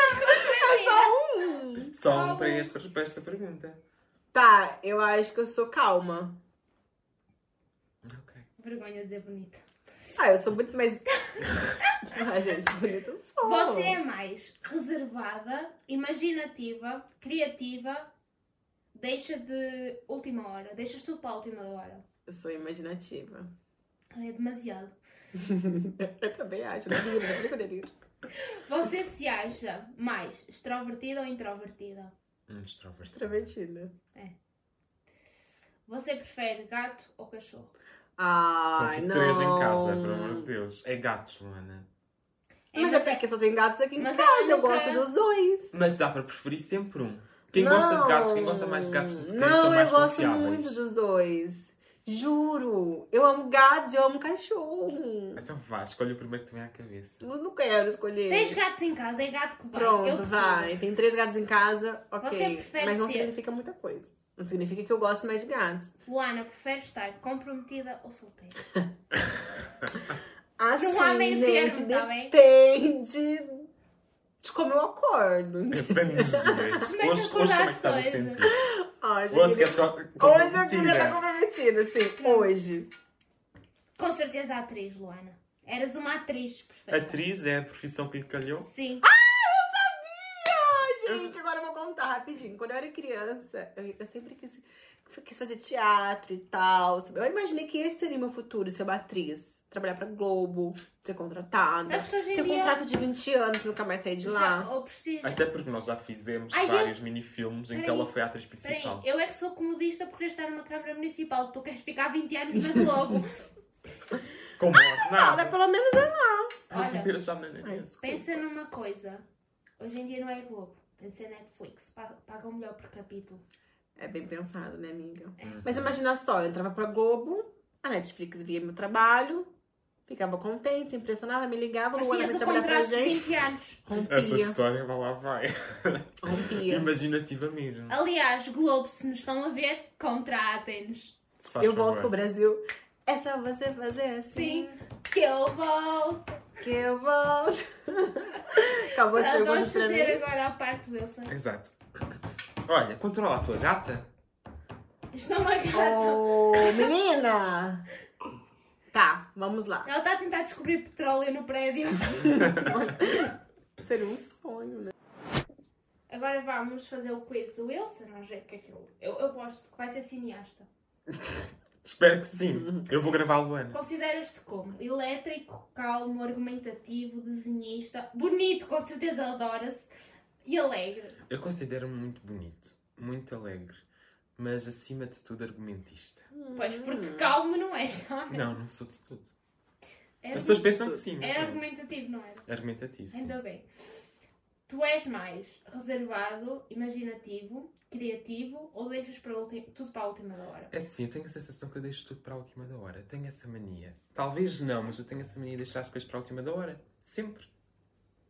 Speaker 3: É
Speaker 4: Só um para esta, para esta pergunta.
Speaker 3: Tá, eu acho que eu sou calma.
Speaker 4: Ok.
Speaker 1: Vergonha de dizer bonita.
Speaker 3: Ah, eu sou bonita, [laughs] mas. ah, gente, bonita eu sou.
Speaker 1: Você é mais reservada, imaginativa, criativa, deixa de última hora, deixas tudo para a última hora.
Speaker 3: Eu sou imaginativa.
Speaker 1: É demasiado.
Speaker 3: eu também acho. delírio, delírio, delírio.
Speaker 1: Você se acha mais extrovertida ou introvertida?
Speaker 4: Um extrovertido.
Speaker 3: Extrovertida.
Speaker 1: Você prefere gato ou cachorro?
Speaker 3: Ai,
Speaker 4: Estão
Speaker 3: não.
Speaker 4: tipo três em casa, pelo amor de Deus. É gatos, Luana.
Speaker 3: Mas é porque só tem gatos aqui em
Speaker 1: mas
Speaker 3: casa.
Speaker 1: ela
Speaker 3: Eu
Speaker 1: nunca-
Speaker 3: gosto dos dois.
Speaker 4: Mas dá para preferir sempre um. Quem gosta de gatos, quem gosta mais de gatos do que cães,
Speaker 3: Não,
Speaker 4: são mais
Speaker 3: eu gosto
Speaker 4: confiáveis.
Speaker 3: muito dos dois. Juro. Eu amo gatos, eu amo cachorro.
Speaker 4: Então vá, escolhe o primeiro que te vem à cabeça. [laughs]
Speaker 3: Eu não quero escolher.
Speaker 1: Tens gatos em casa, é gato que vai. Eu
Speaker 3: Pronto,
Speaker 1: decido.
Speaker 3: vai. Tem três gatos em casa, ok.
Speaker 1: Você prefere
Speaker 3: Mas não
Speaker 1: ser-
Speaker 3: significa muita coisa. Não significa que eu gosto mais de gatos.
Speaker 1: Luana, prefere estar comprometida ou solteira?
Speaker 3: Assim,
Speaker 1: Não há meio
Speaker 3: gente,
Speaker 1: termo, tá bem?
Speaker 3: depende de como eu acordo.
Speaker 4: Depende dos
Speaker 1: Como
Speaker 4: dias.
Speaker 1: é que
Speaker 4: Hoje, hoje como é que estás
Speaker 1: acordaste
Speaker 4: a
Speaker 1: hoje?
Speaker 4: sentir?
Speaker 3: Ai, eu
Speaker 4: Hoje
Speaker 3: queria-
Speaker 4: queres co-
Speaker 3: Hoje eu queria
Speaker 4: é comprometida.
Speaker 3: estar comprometida, sim. Hoje.
Speaker 1: Com certeza atriz, Luana. Eras uma atriz perfeita.
Speaker 4: Atriz é a profissão que lhe calhou.
Speaker 1: Sim.
Speaker 3: Ai, gente, agora eu vou contar rapidinho. Quando eu era criança, eu, eu sempre quis, quis fazer teatro e tal. Eu imaginei que esse seria meu futuro, ser uma atriz. Trabalhar pra Globo, ser contratada.
Speaker 1: Sabes que hoje em
Speaker 3: Ter um
Speaker 1: dia-
Speaker 3: contrato de 20 anos, nunca mais sair de lá.
Speaker 1: Já, ou precisa.
Speaker 4: Até porque nós já fizemos
Speaker 1: Ai, eu-
Speaker 4: vários minifilmes em que
Speaker 1: Peraí,
Speaker 4: ela foi a atriz
Speaker 1: Peraí,
Speaker 4: principal.
Speaker 1: eu é que sou comodista por querer estar numa Câmara Municipal. Tu queres ficar 20 anos na
Speaker 3: [laughs]
Speaker 1: Globo.
Speaker 3: Ah,
Speaker 4: Com bom
Speaker 3: Nada,
Speaker 4: ordenado.
Speaker 3: pelo menos é lá.
Speaker 1: Olha,
Speaker 4: Deus, já me-
Speaker 3: Ai,
Speaker 1: pensa numa coisa. Hoje em dia não é Globo. Tem de ser Netflix. Pa- Pagam melhor por capítulo.
Speaker 3: É bem pensado, né, amiga?
Speaker 4: Uhum.
Speaker 3: Mas imagina só, eu entrava pra Globo, a Netflix via meu trabalho, ficava contente, se impressionava, me ligava,
Speaker 1: Mas
Speaker 3: Luana,
Speaker 1: tinhas
Speaker 3: vem
Speaker 1: o
Speaker 3: trabalhar pra
Speaker 1: contrato de
Speaker 3: gente.
Speaker 1: 20 anos.
Speaker 4: Essa
Speaker 3: Rompia,
Speaker 4: história, vai lá, vai.
Speaker 3: rompia.
Speaker 4: Imaginativa mesmo.
Speaker 1: Aliás, Globo, se nos estão a ver, contratem-nos.
Speaker 4: Se faz
Speaker 3: Eu volto pro
Speaker 4: favor.
Speaker 3: Brasil. É só você fazer
Speaker 1: Sim,
Speaker 3: assim
Speaker 1: que eu vou.
Speaker 3: que eu
Speaker 1: [laughs]
Speaker 3: volto. Acabou as
Speaker 1: Pronto, vamos
Speaker 3: perguntas pra
Speaker 1: fazer
Speaker 3: mim.
Speaker 1: agora a parte do Wilson.
Speaker 4: Exato. Olha, controla a tua gata.
Speaker 1: Isto é uma gata.
Speaker 3: Ô, menina! Tá, vamos lá.
Speaker 1: Ela está a tentar descobrir petróleo no prédio. [laughs]
Speaker 3: Seria um sonho, né?
Speaker 1: Agora vamos fazer o quiz do Wilson. Vamos ver o que é aquilo. Eu eu aposto que vai ser cineasta.
Speaker 4: Espero que sim. Eu vou gravar a Luana.
Speaker 1: Consideras-te como? Elétrico, calmo, argumentativo, desenhista, bonito, com certeza adora-se, e alegre.
Speaker 4: Eu considero-me muito bonito, muito alegre, mas acima de tudo argumentista.
Speaker 1: Pois,
Speaker 4: Hum.
Speaker 1: porque calmo não és, tá? sabe?
Speaker 4: Não, não sou de tudo.
Speaker 1: Era,
Speaker 4: As pessoas pensam que sim, mas
Speaker 1: era
Speaker 4: não.
Speaker 1: é argumentativo, não era?
Speaker 4: Argumentativo, sim.
Speaker 1: Ainda bem. Tu és mais reservado, imaginativo, criativo ou deixas para a ulti- tudo para a última da hora?
Speaker 4: É sim, eu tenho a sensação que eu deixo tudo para a última da hora. Tenho essa mania. Talvez não, mas eu tenho essa mania de deixar as coisas para a última da hora. Sempre.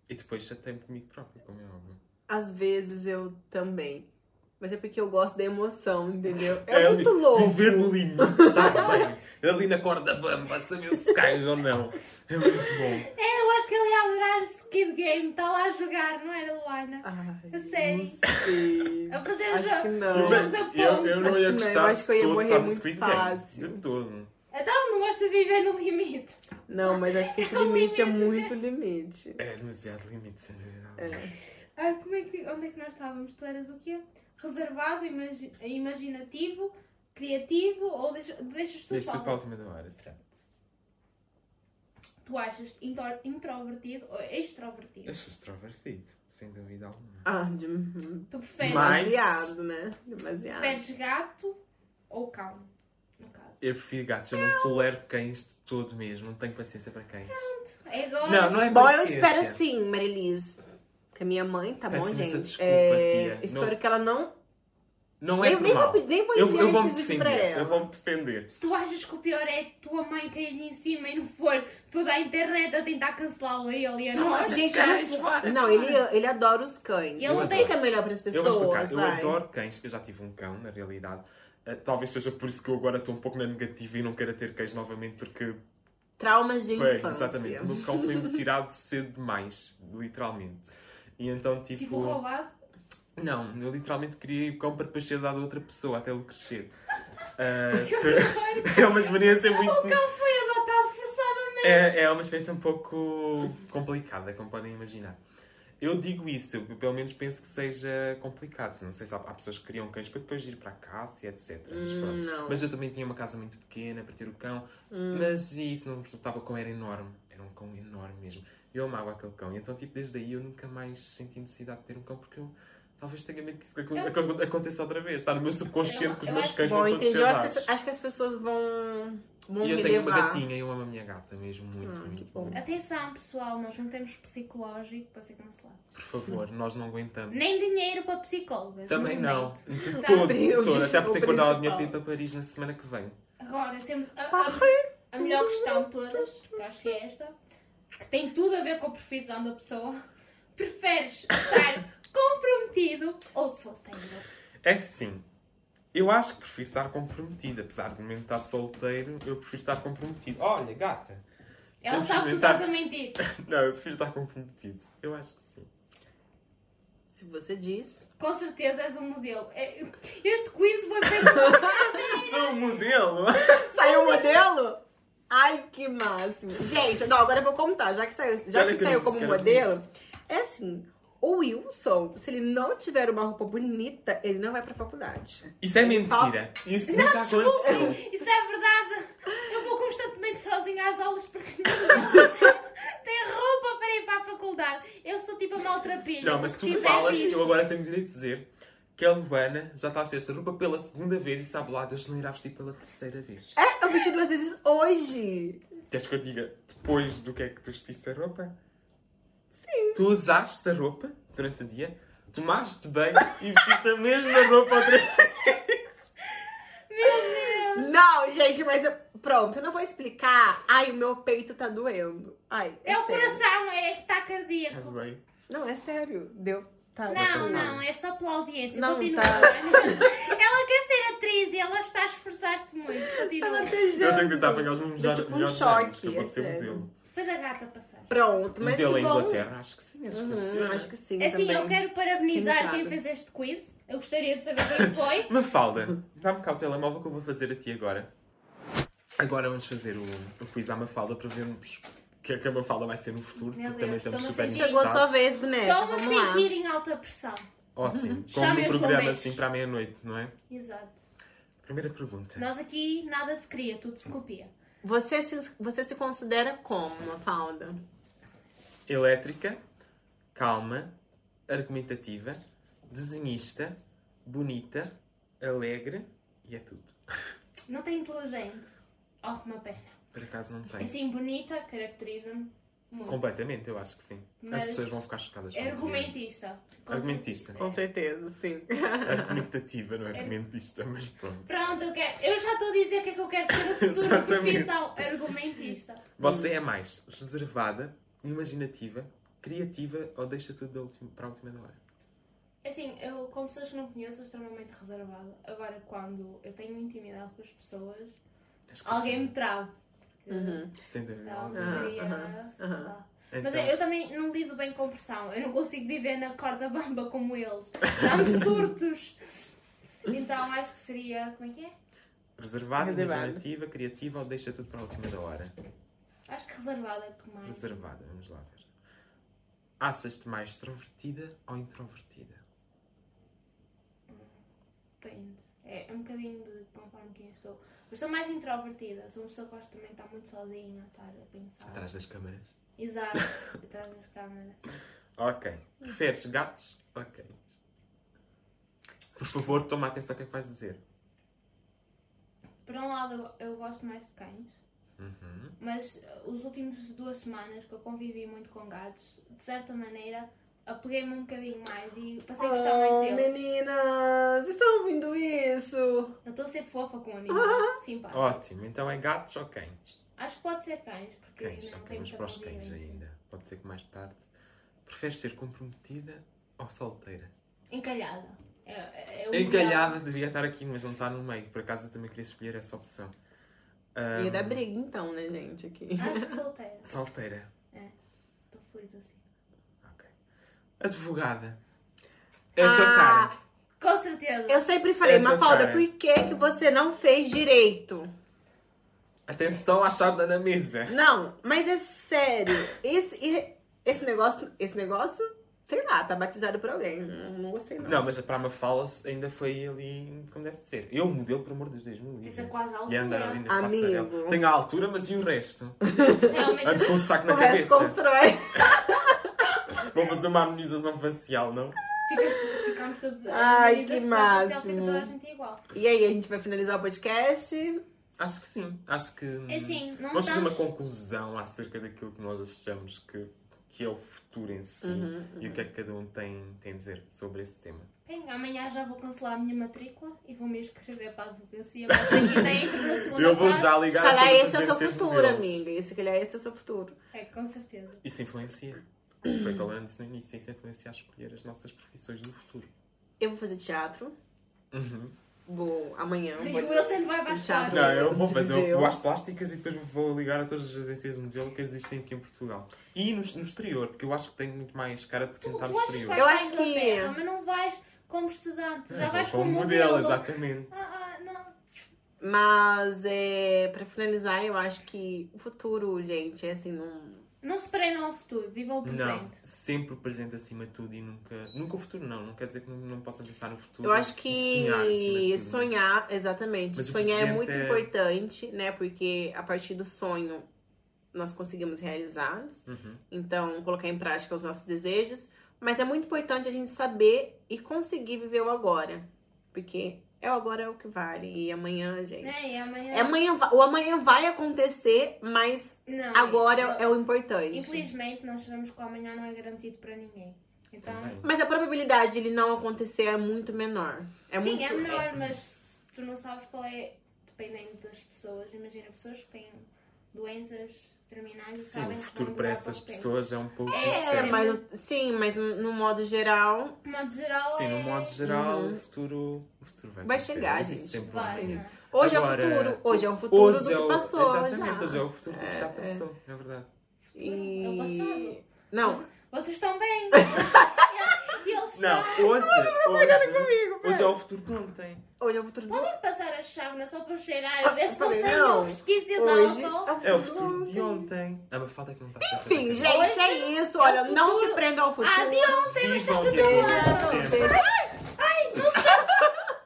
Speaker 4: E depois chatei-me comigo próprio, como é óbvio.
Speaker 3: Às vezes eu também. Mas é porque eu gosto da emoção, entendeu?
Speaker 4: É,
Speaker 3: É muito
Speaker 4: ali,
Speaker 3: louco.
Speaker 4: Viver no limite, sabe bem? Ali na corda bamba, saber se cais ou não. É muito bom.
Speaker 1: É, eu acho que ele ia adorar esse Kid Game, está lá a jogar, não era, Luana?
Speaker 3: Ai,
Speaker 1: A sério?
Speaker 3: não sei.
Speaker 1: A fazer o
Speaker 3: Acho que
Speaker 1: jogo.
Speaker 3: não.
Speaker 1: O jogo da
Speaker 4: Eu, eu, eu
Speaker 1: ponte.
Speaker 4: não
Speaker 3: é Acho que
Speaker 4: ia
Speaker 3: não, é, eu
Speaker 4: gostar
Speaker 3: acho que eu ia
Speaker 4: de todo
Speaker 3: morrer
Speaker 4: estar no
Speaker 3: muito
Speaker 4: Squid Game.
Speaker 3: fácil.
Speaker 4: é? De todo.
Speaker 1: Então não gosta de viver no limite.
Speaker 3: Não, mas acho que esse
Speaker 1: É um
Speaker 3: limite é
Speaker 1: limite,
Speaker 3: muito limite.
Speaker 4: É demasiado limite, sem dúvida. alguma.
Speaker 3: É.
Speaker 1: Ah, como é que, onde é que nós estávamos? Tu eras o quê? Reservado, imagi- imaginativo, criativo ou deixa- deixas tudo
Speaker 4: Deixa-te para a
Speaker 1: fora?
Speaker 4: última da hora, certo?
Speaker 1: Tu achas intro- introvertido ou extrovertido?
Speaker 4: Eu sou extrovertido, sem dúvida alguma.
Speaker 3: Ah, de-
Speaker 1: Tu preferes,
Speaker 4: Demais.
Speaker 3: demasiado, né? Demasiado.
Speaker 1: preferes gato ou calmo? No caso.
Speaker 4: Eu prefiro gatos, eu não tolero cães de todo mesmo, não tenho paciência para cães.
Speaker 1: É agora.
Speaker 4: Não, não é
Speaker 3: Bom, eu
Speaker 4: paciência.
Speaker 3: espero assim. sim, Marilis. Que a minha mãe, tá bom,
Speaker 4: Peço imensa
Speaker 3: gente? É,
Speaker 4: desculpa, tia.
Speaker 3: Espero
Speaker 4: Não-
Speaker 3: que ela não
Speaker 4: Não é
Speaker 3: Nem,
Speaker 4: por
Speaker 3: nem
Speaker 4: mal.
Speaker 3: vou, nem vou
Speaker 4: eu,
Speaker 3: enviar
Speaker 4: eu vou-me
Speaker 3: esse vídeo pra
Speaker 4: defender.
Speaker 3: ela.
Speaker 4: Eu vou-me defender.
Speaker 1: Se tu achas que o pior é a tua mãe cair em cima e não for toda a internet a tentar cancelá-lo a ele e a nós.
Speaker 4: Esses
Speaker 3: Gente,
Speaker 4: cães,
Speaker 3: eu não-
Speaker 4: fora,
Speaker 3: não, ele, ele adora os cães.
Speaker 1: E eu
Speaker 3: não
Speaker 4: adoro.
Speaker 3: tem que é melhor pras pessoas,
Speaker 4: Eu vou explicar. Eu
Speaker 3: vai.
Speaker 4: adoro cães. Eu já tive um cão, na realidade. Ah, talvez seja por isso que eu agora estou um pouco na negativa e não quero ter cães novamente, porque
Speaker 3: Traumas de
Speaker 4: foi,
Speaker 3: infância.
Speaker 4: exatamente. O meu cão foi-me tirado cedo demais, literalmente. E então, tipo.
Speaker 1: Tipo, roubado.
Speaker 4: não, eu literalmente criei o cão para depois ser dado a outra pessoa, até ele crescer. Ah, [laughs] é uma experiência muito.
Speaker 1: O cão foi adotado forçadamente.
Speaker 4: É, é uma experiência um pouco complicada, como podem imaginar. Eu digo isso, eu pelo menos penso que seja complicado. Não sei se há, há pessoas que criam cães para depois ir para a casa e etc. Mas,
Speaker 3: Hum,
Speaker 4: pronto.
Speaker 3: não.
Speaker 4: Mas eu também tinha uma casa muito pequena para ter o cão,
Speaker 1: Hum.
Speaker 4: mas isso não resultava o cão, era enorme. Era um cão enorme mesmo. Eu amava aquele cão. E então, tipo, desde aí eu nunca mais senti necessidade de ter um cão porque eu talvez tenha medo que isso acon- acon- aconteça outra vez. Está no meu subconsciente que os
Speaker 1: Eu
Speaker 4: meus
Speaker 1: acho-
Speaker 4: cães
Speaker 3: Bom,
Speaker 4: vão todos
Speaker 3: entendi.
Speaker 4: ser
Speaker 3: Eu acho que,
Speaker 4: dados.
Speaker 3: as pessoas- acho que as pessoas vão, vão
Speaker 4: E
Speaker 3: me
Speaker 4: eu tenho uma
Speaker 3: levar.
Speaker 4: gatinha, eu amo a minha gata mesmo, muito,
Speaker 3: Ah, que
Speaker 4: muito.
Speaker 3: bom.
Speaker 1: Atenção, pessoal, nós não temos psicológico para ser cancelados.
Speaker 4: Por favor, nós não aguentamos.
Speaker 1: Nem dinheiro para psicólogas.
Speaker 4: Também não.
Speaker 1: momento.
Speaker 4: De
Speaker 1: Tá.
Speaker 4: todo, de
Speaker 3: Eu
Speaker 4: todo.
Speaker 3: digo
Speaker 4: Até
Speaker 3: o
Speaker 4: porque tenho que guardar
Speaker 3: principal.
Speaker 4: o dinheiro para ir para Paris na semana que vem.
Speaker 1: Agora temos a, a-
Speaker 3: Parre.
Speaker 1: a melhor questão de todas, que acho que é esta, que tem tudo a ver com a profissão da pessoa. Preferes
Speaker 4: [laughs]
Speaker 1: estar comprometido ou solteiro?
Speaker 4: É sim. Eu acho que prefiro estar comprometido. Apesar de momento estar solteiro, eu prefiro estar comprometido. Olha, gata. [laughs]
Speaker 1: Ela
Speaker 4: Vamos
Speaker 1: sabe que tu
Speaker 4: experimentar.
Speaker 1: estás a mentir.
Speaker 4: Não, eu prefiro estar comprometido. Eu acho que sim.
Speaker 3: Se você diz.
Speaker 1: Com certeza és um modelo. É, Este quiz foi
Speaker 4: [laughs]
Speaker 1: feito.
Speaker 4: Sou um modelo!
Speaker 3: Saiu o modelo? Ai, que máximo. Gente, não, agora eu vou contar. Já que saiu, já
Speaker 4: Olha
Speaker 3: que
Speaker 4: que
Speaker 3: saiu
Speaker 4: lindo,
Speaker 3: como
Speaker 4: cara,
Speaker 3: modelo, é assim. O Wilson, se ele não tiver uma roupa bonita, ele não vai pra faculdade.
Speaker 4: Isso é mentira. Isso nunca aconteceu.
Speaker 1: Desculpem, isso é verdade. Eu vou constantemente sozinha às aulas porque
Speaker 4: [laughs]
Speaker 1: não tem roupa para ir para a faculdade. Eu sou tipo a maltrapilha.
Speaker 4: Não, mas tu
Speaker 1: Se tiver
Speaker 4: falas,
Speaker 1: visto-
Speaker 4: eu agora tenho direito de dizer que a Luana já está a vestir esta roupa pela segunda vez e sabe lá, Deus não irá vestir pela terceira vez.
Speaker 3: É, eu vesti duas vezes hoje.
Speaker 4: Queres que eu diga depois do que é que tu vestiste a roupa? Sim. Tu usaste a roupa durante o dia, tomaste bem e vestiste a mesma roupa outra vez.
Speaker 3: Não, gente, mas eu- pronto, eu não vou explicar. Ai, o meu peito tá doendo. Ai, é,
Speaker 1: É o
Speaker 3: sério.
Speaker 1: coração, é que está
Speaker 4: Estás
Speaker 1: cardíaco.
Speaker 4: bem?
Speaker 3: Não, é sério. Deu. Tá,
Speaker 1: Não, não, é só pela audiência.
Speaker 3: Não,
Speaker 1: Continua.
Speaker 3: tá.
Speaker 1: [laughs] Ela quer ser atriz e ela está a esforçar-se muito. Continua.
Speaker 3: Ela tem jeito.
Speaker 4: Eu tenho que tentar pegar os meus
Speaker 3: Deu
Speaker 4: melhores
Speaker 3: tipo um
Speaker 4: melhores anos, que
Speaker 3: choque,
Speaker 4: eu vou
Speaker 3: é
Speaker 4: ser
Speaker 3: sério.
Speaker 4: modelo.
Speaker 1: Foi da gata passar.
Speaker 3: Pronto, mas
Speaker 4: Modelo
Speaker 3: que
Speaker 4: em
Speaker 3: bom.
Speaker 4: Inglaterra, acho que sim. Acho que
Speaker 3: Uhum,
Speaker 4: funciona.
Speaker 3: acho que sim.
Speaker 1: Assim,
Speaker 3: também.
Speaker 1: eu quero parabenizar
Speaker 3: Quem
Speaker 1: quem,
Speaker 3: sabe?
Speaker 1: fez este quiz. Eu gostaria de saber quem foi.
Speaker 4: Mafalda, dá-me cá o telemóvel que eu vou fazer a ti agora. Agora vamos fazer o, o quiz à Mafalda para vermos o que é que a Mafalda vai ser no futuro,
Speaker 1: Meu Deus,
Speaker 4: porque também estamos
Speaker 1: estou-me a
Speaker 4: super
Speaker 1: sentir-
Speaker 3: assim, Chegou a sua vez,
Speaker 4: interessados.
Speaker 3: boneca.
Speaker 1: Estão-me a
Speaker 3: É, Vamos lá.
Speaker 1: sentir em alta pressão.
Speaker 4: Ótimo. Como
Speaker 1: Chamem
Speaker 4: no
Speaker 1: os
Speaker 4: programa
Speaker 1: bombeiros.
Speaker 4: assim para a meia-noite, não é?
Speaker 1: Exato.
Speaker 4: Primeira pergunta.
Speaker 1: Nós aqui nada se cria, tudo se copia.
Speaker 3: Você se, você se considera como, Mafalda?
Speaker 4: Elétrica, calma, argumentativa, desenhista, bonita, alegre e é tudo.
Speaker 1: Não tem inteligente. Oh, uma pena.
Speaker 4: Por acaso não tem.
Speaker 1: Assim, bonita, caracteriza-me muito.
Speaker 4: Completamente, eu acho que sim.
Speaker 1: Mas
Speaker 4: As pessoas vão ficar chocadas.
Speaker 1: É
Speaker 4: quando te
Speaker 1: argumentista. Com
Speaker 4: Argumentista.
Speaker 1: certeza.
Speaker 3: Com certeza, sim.
Speaker 4: verem. Argumentativa, não é argumentista,
Speaker 1: [laughs]
Speaker 4: mas pronto.
Speaker 1: Pronto, eu, quero... eu já estou a dizer o que é que eu quero ser no futuro da
Speaker 4: Exatamente.
Speaker 1: profissão. Argumentista.
Speaker 4: Você é mais reservada, imaginativa, criativa ou deixa tudo da última- para a última da hora?
Speaker 1: Assim, eu com pessoas que não conheço sou extremamente reservada. Agora, quando eu tenho intimidade com as pessoas,
Speaker 4: Acho que
Speaker 1: alguém me
Speaker 4: sim.
Speaker 1: trava.
Speaker 3: Uhum.
Speaker 4: Sem dúvida.
Speaker 1: Então,
Speaker 4: alguma.
Speaker 3: Aham,
Speaker 1: seria.
Speaker 3: aham,
Speaker 1: sei
Speaker 3: aham.
Speaker 1: lá. Mas
Speaker 4: Ah, Então,
Speaker 1: eu também não lido bem com pressão. Eu não consigo viver na corda bamba como eles. Dá-me surtos. Então acho que seria. Como é que é?
Speaker 4: reservada,
Speaker 3: Reservada.
Speaker 4: imaginativa, criativa ou deixa tudo para a última da hora?
Speaker 1: Acho que reservada é que mais.
Speaker 4: Reservada, vamos lá ver. Achas-te mais extrovertida ou introvertida?
Speaker 1: Depende. É é um bocadinho de conforme quem eu sou. Mas sou mais introvertida. Sou uma pessoa que gosto também de estar muito sozinha, estar a pensar.
Speaker 4: Atrás das câmaras.
Speaker 1: Exato. [laughs] Atrás das câmeras.
Speaker 4: Ok. Preferes gatos? Ok. Por favor, toma atenção ao que é que vais dizer.
Speaker 1: Por um lado, eu- eu gosto mais de cães. eh,
Speaker 4: Uhum.
Speaker 1: Mas uh, os últimos duas semanas que eu convivi muito com gatos, de certa maneira, apeguei-me um bocadinho mais e passei a gostar
Speaker 3: Oh,
Speaker 1: mais deles.
Speaker 3: meninas, estão ouvindo isso?
Speaker 1: Eu estou a ser fofa com o
Speaker 3: Ah.
Speaker 1: animal. Simpático.
Speaker 4: Ótimo, então é gatos ou cães?
Speaker 1: Acho que pode ser cães, porque
Speaker 4: Cães,
Speaker 1: não
Speaker 4: ok,
Speaker 1: tem
Speaker 4: mas
Speaker 1: muita
Speaker 4: para os cães
Speaker 1: convivência.
Speaker 4: ainda. Pode ser que mais tarde. Preferes ser comprometida ou solteira?
Speaker 1: Encalhada. É, é, é o
Speaker 4: Encalhada devia estar aqui, mas não está no meio. Por acaso eu também queria escolher essa opção.
Speaker 3: E da
Speaker 4: Ahm,
Speaker 3: briga, então, né, gente? Aqui.
Speaker 1: ideal. Acho que solteira.
Speaker 4: Solteira.
Speaker 1: É. Estou feliz assim.
Speaker 4: Ok. Advogada. É a tua cara.
Speaker 1: Com certeza.
Speaker 3: Eu sempre falei,
Speaker 4: Eu tô
Speaker 3: Mafalda,
Speaker 4: É cara.
Speaker 3: por que, que você não fez direito?
Speaker 4: Atenção à chave na mesa.
Speaker 3: Não, mas é sério. Esse, e- esse negócio, esse negócio, sei lá, tá batizado por alguém. Não, não gostei, não.
Speaker 4: Não, mas para uma fala ainda foi ali como deve de ser. Eu mudei, por amor dos Deus, me
Speaker 1: Tens a
Speaker 4: livre.
Speaker 1: quase
Speaker 4: Uhum.
Speaker 1: né?
Speaker 4: E é
Speaker 1: altura.
Speaker 4: andar ali na
Speaker 3: Amigo.
Speaker 4: passarela. Tenho a altura, mas e o resto? Antes [laughs]
Speaker 1: Realmente.
Speaker 4: com um saco
Speaker 3: o
Speaker 4: na
Speaker 3: resto
Speaker 4: cabeça.
Speaker 3: constrói.
Speaker 4: Vou fazer uma harmonização facial, não?
Speaker 1: ficas- ficamos todos.
Speaker 3: Ai, que
Speaker 1: harmonização facial, Fica
Speaker 3: máximo.
Speaker 1: toda a gente igual.
Speaker 3: E aí, a gente vai finalizar o podcast.
Speaker 4: Acho que sim. Acho que. hum,
Speaker 1: É assim, não
Speaker 4: Vamos fazer Uhum. uma
Speaker 1: estamos.
Speaker 4: conclusão acerca daquilo que nós achamos que, que é o futuro em si
Speaker 3: Uhum,
Speaker 4: e o que é que cada um tem, tem a dizer sobre esse tema.
Speaker 1: Bem, amanhã já vou cancelar a minha matrícula e vou me inscrever para a advocacia. Mas aqui dentro, na segunda
Speaker 4: Eu vou
Speaker 1: fase.
Speaker 4: já
Speaker 3: Se
Speaker 4: ligar a
Speaker 3: calhar
Speaker 4: todas
Speaker 3: esse é
Speaker 4: as
Speaker 3: o seu
Speaker 4: agências de
Speaker 3: futuro,
Speaker 4: modelos.
Speaker 3: amiga. E Se calhar esse é o seu futuro.
Speaker 1: É, com certeza.
Speaker 4: Isso influencia. Foi falando no início, isso influencia a escolher as nossas profissões no futuro.
Speaker 3: Eu vou fazer teatro.
Speaker 4: Uhum.
Speaker 3: Vou amanhã.
Speaker 1: Mas
Speaker 3: vou-
Speaker 1: o Wilson vai baixar.
Speaker 3: Teatro.
Speaker 4: É um Não, é um eu vou
Speaker 3: De
Speaker 4: fazer
Speaker 3: museu.
Speaker 4: eu... as plásticas e depois vou ligar a todas as agências de modelo que existem aqui em Portugal. E no, no exterior, porque eu acho que tenho muito mais cara de
Speaker 1: Tu,
Speaker 4: cantar
Speaker 1: tu
Speaker 4: no
Speaker 1: achas que vais
Speaker 4: exterior.
Speaker 3: Eu
Speaker 1: para a
Speaker 3: acho que- é.
Speaker 1: Inglaterra, mas não vais como estudante. Já
Speaker 4: É,
Speaker 1: vais
Speaker 4: vou
Speaker 1: como
Speaker 4: para um
Speaker 1: modelo.
Speaker 4: exatamente.
Speaker 1: Ah, ah, não.
Speaker 3: Mas, é, pra finalizar, eu acho que o futuro, gente, é assim, não.
Speaker 1: Não se prendam ao futuro, vivam o
Speaker 4: Não,
Speaker 1: presente.
Speaker 4: sempre o presente acima de tudo e nunca. Nunca o futuro, não. Não quer dizer que não, não possa pensar no futuro.
Speaker 3: Eu acho
Speaker 4: e sonhar acima de
Speaker 3: que
Speaker 4: tudo, mas-
Speaker 3: sonhar, exatamente.
Speaker 4: né? Mas o
Speaker 3: sonhar é
Speaker 4: presente
Speaker 3: muito
Speaker 4: é-
Speaker 3: importante, né? Porque a partir do sonho nós conseguimos realizar.
Speaker 4: Uhum.
Speaker 3: Então, colocar em prática os nossos desejos. Mas é muito importante a gente saber e conseguir viver o agora. Porque é o agora é o que vale. E amanhã, gente.
Speaker 1: Né? E amanhã.
Speaker 3: É amanhã, va- o amanhã vai acontecer, mas
Speaker 1: Não,
Speaker 3: agora é,
Speaker 1: não.
Speaker 3: é o importante.
Speaker 1: Infelizmente, nós sabemos que o amanhã não é garantido para ninguém. Então,
Speaker 4: Também.
Speaker 3: Mas a probabilidade de ele não acontecer é muito menor. É
Speaker 1: sim,
Speaker 3: muito
Speaker 1: é menor, mas tu não sabes qual é, dependendo das pessoas. Imagina pessoas que têm doenças terminais e
Speaker 4: Sim,
Speaker 1: sabem
Speaker 4: o
Speaker 1: que
Speaker 4: futuro
Speaker 1: vão
Speaker 4: para
Speaker 1: durar
Speaker 4: essas
Speaker 1: pouco tempo.
Speaker 4: pessoas é um pouco
Speaker 3: É,
Speaker 4: incerto.
Speaker 3: mas sim, mas no modo geral,
Speaker 1: De modo geral,
Speaker 4: Sim,
Speaker 1: é...
Speaker 4: no modo geral,
Speaker 3: Uhum.
Speaker 4: o futuro, o futuro vai,
Speaker 3: Vai
Speaker 4: acontecer,
Speaker 3: chegar,
Speaker 4: mas isso
Speaker 3: gente,
Speaker 4: sempre
Speaker 1: vai,
Speaker 4: vai.
Speaker 1: né?
Speaker 3: hoje
Speaker 4: Agora,
Speaker 3: é o futuro, hoje é um futuro do que
Speaker 4: é o-
Speaker 3: passou
Speaker 4: Exatamente,
Speaker 3: já.
Speaker 4: hoje é o futuro do que já passou, é verdade.
Speaker 1: É o passado.
Speaker 3: Não,
Speaker 1: Vocês estão bem.
Speaker 4: [laughs]
Speaker 1: e eles
Speaker 4: Não,
Speaker 1: estão.
Speaker 3: [laughs]
Speaker 4: hoje, hoje, hoje é o futuro de ontem.
Speaker 3: hoje é o futuro do
Speaker 1: Podem passar a chávena só para eu cheirar, ver se não
Speaker 3: Ah, Falei,
Speaker 1: tem
Speaker 3: não.
Speaker 1: um resquício
Speaker 3: hoje
Speaker 1: de álcool.
Speaker 4: É o futuro de ontem. A Mafalda é que não está certa.
Speaker 3: Enfim, gente,
Speaker 1: Hoje
Speaker 3: é isso. Olha,
Speaker 1: é o
Speaker 3: não se
Speaker 1: futuro.
Speaker 3: prenda ao futuro.
Speaker 1: Ah, de ontem, mas
Speaker 4: Vivam
Speaker 1: estamos
Speaker 4: de hoje,
Speaker 1: a
Speaker 4: sempre.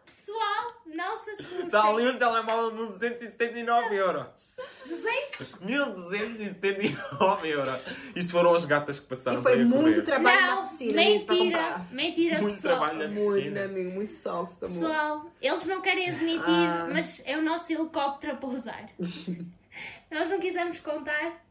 Speaker 1: Pessoal, não se assustem.
Speaker 4: Está ali um telemóvel de 279 euros.
Speaker 1: Gente,
Speaker 4: 1279 euros. Isto foram as gatas que passaram
Speaker 3: E foi
Speaker 4: para
Speaker 3: muito
Speaker 4: trabalho.
Speaker 3: trabalho
Speaker 1: não,
Speaker 3: na piscina, gente, pra
Speaker 1: mentira,
Speaker 3: comprar.
Speaker 1: mentira,
Speaker 4: Muito
Speaker 1: pessoal.
Speaker 4: trabalho na
Speaker 3: Muito, né,
Speaker 4: piscina.
Speaker 3: amigo? Muito tá sol que você tomou.
Speaker 1: Pessoal, eles não querem admitir,
Speaker 3: Ah.
Speaker 1: mas é o nosso helicóptero a
Speaker 3: [laughs]
Speaker 1: pousar. Nós não quisemos contar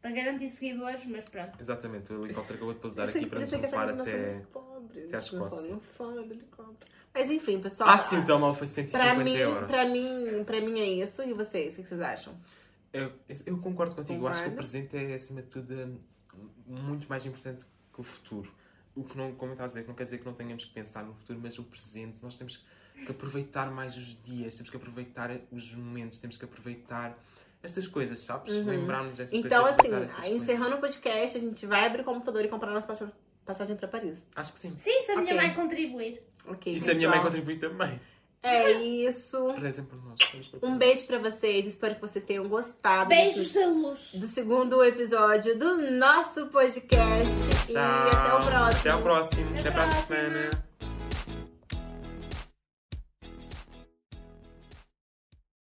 Speaker 1: para garantir seguidores, mas pronto.
Speaker 4: Exatamente, o helicóptero acabou de
Speaker 3: Por
Speaker 4: pousar
Speaker 3: isso
Speaker 4: aqui
Speaker 3: que- por
Speaker 4: para nos
Speaker 3: isso que essa
Speaker 4: levar
Speaker 3: menina nós
Speaker 4: até.
Speaker 3: somos pobres.
Speaker 4: até a
Speaker 3: Não fala,
Speaker 4: Escócia.
Speaker 3: não fala do helicóptero. Mas enfim, pessoal.
Speaker 4: Ah, sim, o telemóvel foi 150
Speaker 3: Pra mim,
Speaker 4: euros.
Speaker 3: pra mim, pra mim é isso. E vocês, o que vocês acham?
Speaker 4: Eu, eu concordo contigo. Eu Acho que o
Speaker 3: Concordo.
Speaker 4: presente é, acima de tudo, hum, muito mais importante que o futuro. O que não, como eu estava a dizer, que não quer dizer que não tenhamos que pensar no futuro, mas o presente, nós temos que aproveitar mais os dias, temos que aproveitar os momentos, temos que aproveitar estas coisas, sabes? Lembrarmos destas
Speaker 3: Uhum. Então,
Speaker 4: coisas.
Speaker 3: assim,
Speaker 4: aproveitar estas coisas.
Speaker 3: encerrando o podcast, a gente vai abrir o computador e comprar nossa passa- passagem pra Paris.
Speaker 4: Acho que sim.
Speaker 1: Sim, se a minha
Speaker 3: Ok.
Speaker 1: mãe contribuir.
Speaker 3: Ok,
Speaker 4: E se é a minha mãe
Speaker 3: pessoal?
Speaker 4: contribuir também.
Speaker 3: É isso.
Speaker 4: Rezem por nós. estamos
Speaker 3: Um
Speaker 4: procurando.
Speaker 3: beijo pra vocês. Espero que vocês tenham gostado.
Speaker 1: Beijos da luz.
Speaker 3: desse- Do segundo episódio do nosso podcast. E
Speaker 4: Tchau.
Speaker 3: até o próximo.
Speaker 4: Até o próximo.
Speaker 1: Até
Speaker 4: Até
Speaker 1: a
Speaker 4: para a
Speaker 1: próxima.
Speaker 4: semana.